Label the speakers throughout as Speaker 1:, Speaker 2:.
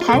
Speaker 1: 台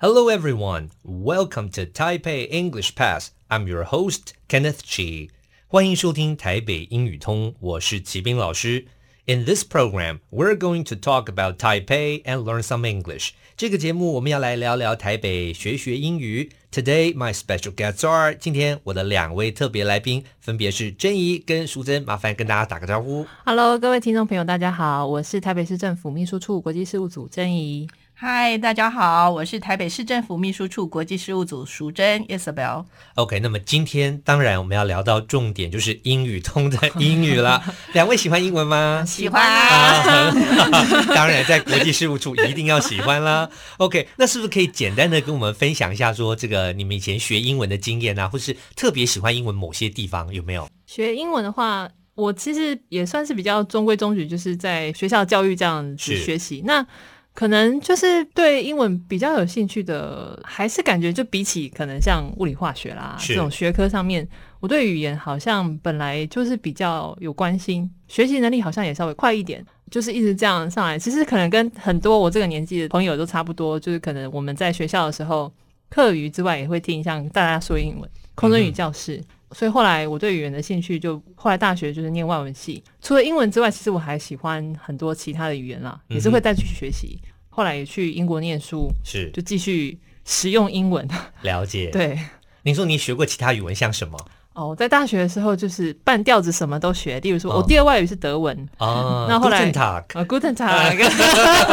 Speaker 2: Hello, everyone. Welcome to Taipei English Pass. I'm your host, Kenneth Chi. 欢迎收听台北英语通，我是齐斌老师。In this program, we're going to talk about Taipei and learn some English. 这个节目我们要来聊聊台北，学学英语。Today, my special guests are 今天我的两位特别来宾分别是珍怡跟淑珍，麻烦跟大家打个招呼。
Speaker 3: Hello，各位听众朋友，大家好，我是台北市政府秘书处国际事务组郑怡。
Speaker 4: 嗨，大家好，我是台北市政府秘书处国际事务组淑珍 Isabel。
Speaker 2: OK，那么今天当然我们要聊到重点，就是英语通的英语啦。两位喜欢英文吗？
Speaker 4: 喜欢
Speaker 2: 啊，
Speaker 4: 啊，
Speaker 2: 很 好当然在国际事务处一定要喜欢啦。OK，那是不是可以简单的跟我们分享一下，说这个你们以前学英文的经验啊，或是特别喜欢英文某些地方有没有？
Speaker 3: 学英文的话，我其实也算是比较中规中矩，就是在学校教育这样子
Speaker 2: 是
Speaker 3: 学习。那可能就是对英文比较有兴趣的，还是感觉就比起可能像物理化学啦
Speaker 2: 是
Speaker 3: 这种学科上面，我对语言好像本来就是比较有关心，学习能力好像也稍微快一点。就是一直这样上来，其实可能跟很多我这个年纪的朋友都差不多，就是可能我们在学校的时候，课余之外也会听像大家说英文，空中
Speaker 2: 嗯
Speaker 3: 语
Speaker 2: 哼
Speaker 3: 教室。所以后来我对语言的兴趣就，后来大学就是念外文系。除了英文之外，其实我还喜欢很多其他的语言啦，也是
Speaker 2: 嗯哼
Speaker 3: 会再去学习。后来也去英国念书，
Speaker 2: 是
Speaker 3: 就继续使用英文。
Speaker 2: 了解。，
Speaker 3: 对，
Speaker 2: 您说您学过其他语文，像什么
Speaker 3: 哦，我在大学的时候就是半吊子什么都学，例如说
Speaker 2: 哦
Speaker 3: 我第二外语是德文，
Speaker 2: 啊？
Speaker 3: 那后来
Speaker 2: Guten Tag
Speaker 3: 啊、g o o d Tag，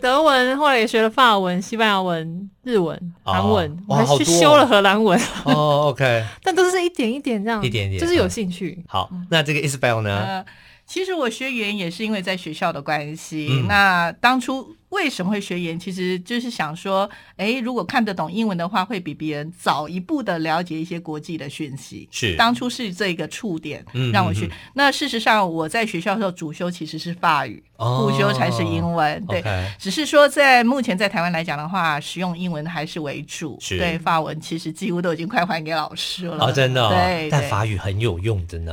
Speaker 3: 德文，后来也学了法文、西班牙文、日文、
Speaker 2: 哦
Speaker 3: 韩文，我
Speaker 2: 哇好
Speaker 3: 还去
Speaker 2: 多哦
Speaker 3: 修了荷兰文，
Speaker 2: 哦，OK，
Speaker 3: 但都是一点一点这样，
Speaker 2: 一点一点
Speaker 3: 就是有
Speaker 2: 嗯
Speaker 3: 兴趣。
Speaker 2: 好，那这个 Isabel 呢？
Speaker 4: 呃，其实我学语言也是因为在学校的关系。
Speaker 2: 嗯
Speaker 4: 那当初为什么会学语言，其实就是想说，诶，如果看得懂英文的话，会比别人早一步的了解一些国际的讯息。
Speaker 2: 是
Speaker 4: 当初是这个触点
Speaker 2: 嗯
Speaker 4: 让我
Speaker 2: 嗯
Speaker 4: 去。
Speaker 2: 嗯
Speaker 4: 那事实上，我在学校的时候主修其实是法语，
Speaker 2: 哦
Speaker 4: 副修才是英文。对
Speaker 2: OK
Speaker 4: 只是说在目前在台湾来讲的话，使用英文还是为主。
Speaker 2: 是
Speaker 4: 对法文其实几乎都已经快还给老师了。
Speaker 2: 哦，真的哦，
Speaker 4: 对，
Speaker 2: 但
Speaker 4: 对
Speaker 2: 法语很有用的呢。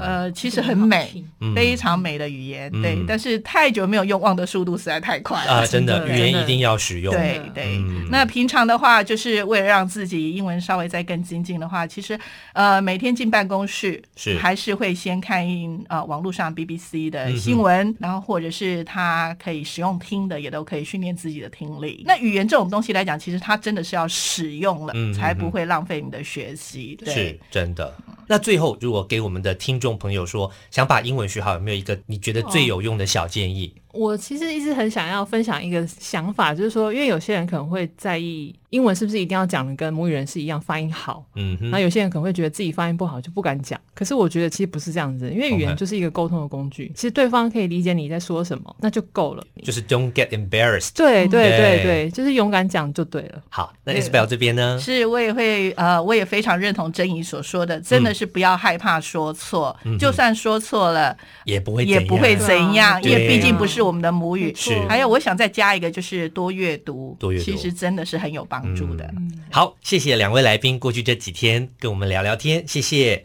Speaker 4: 呃，其实很美
Speaker 2: 嗯，
Speaker 4: 非常美的语言，
Speaker 2: 嗯
Speaker 4: 对。但是太久没有用，忘的速度实在太快了。
Speaker 2: 啊，真的，
Speaker 3: 真的
Speaker 2: 语言
Speaker 3: 真
Speaker 2: 一
Speaker 3: 的
Speaker 2: 定要使用。
Speaker 4: 对
Speaker 3: 的
Speaker 4: 对
Speaker 2: 嗯，
Speaker 4: 那平常的话，就是为了让自己英文稍微再更精进的话，其实呃，每天进办公室
Speaker 2: 是嗯
Speaker 4: 还是会先看呃网络上 BBC 的新闻，然后或者是他可以使用听的，也都可以训练自己的听力。那语言这种东西来讲，其实它真的是要使用了
Speaker 2: 嗯，
Speaker 4: 才
Speaker 2: 嗯
Speaker 4: 不
Speaker 2: 嗯
Speaker 4: 会浪费你的学习。对
Speaker 2: 是。真的。那最后，如果给我们的听众朋友说想把英文学好，有没有一个你觉得最有用的小建议？
Speaker 3: 我其实一直很想要分享一个想法，就是说，因为有些人可能会在意英文是不是一定要讲的跟母语人士一样发音好，
Speaker 2: 嗯哼，
Speaker 3: 那有些人可能会觉得自己发音不好就不敢讲。可是我觉得其实不是这样子，因为语
Speaker 2: OK
Speaker 3: 言就是一个沟通的工具，其实对方可以理解你在说什么，那就够了。
Speaker 2: 就是 don't get embarrassed。
Speaker 3: 对对
Speaker 2: 对
Speaker 3: 对对，就是勇敢讲就对了。
Speaker 2: 好，那
Speaker 4: 对
Speaker 2: Isabel 这边呢？
Speaker 4: 是我也会呃，我也非常认同珍怡所说的，真的是不要害怕说错，
Speaker 2: 嗯嗯哼
Speaker 4: 就算说错了
Speaker 2: 也不会
Speaker 4: 也
Speaker 2: 怎
Speaker 4: 不会
Speaker 2: 样啊
Speaker 4: 怎样，
Speaker 2: 对
Speaker 4: 因为毕竟不是我们的母语。
Speaker 2: 是
Speaker 4: 还有，我想再加一个，就是多阅读，
Speaker 2: 多阅读嗯
Speaker 4: 其实真的是很有帮助的。
Speaker 2: 好，谢谢两位来宾过去这几天跟我们聊聊天，谢谢。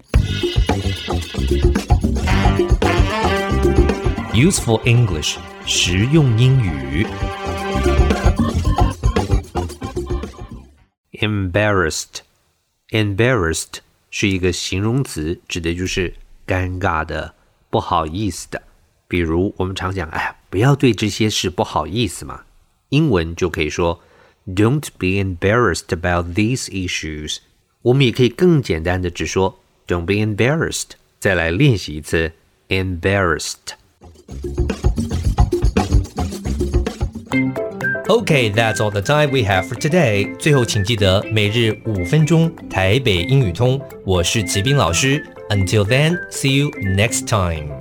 Speaker 2: Useful English，实用英语。Embarrassed, embarrassed 是一个形容词，指的就是尴尬的、不好意思的。比如我们常讲，哎呀，不要对这些事不好意思嘛。英文就可以说 "Don't be embarrassed about these issues"。我们也可以更简单的只说 "Don't be embarrassed"。再来练习一次 "embarrassed"。Okay, that's all the time we have for today. 最后，请记得每日五分钟台北英语通。我是齐斌老师。Until then, see you next time.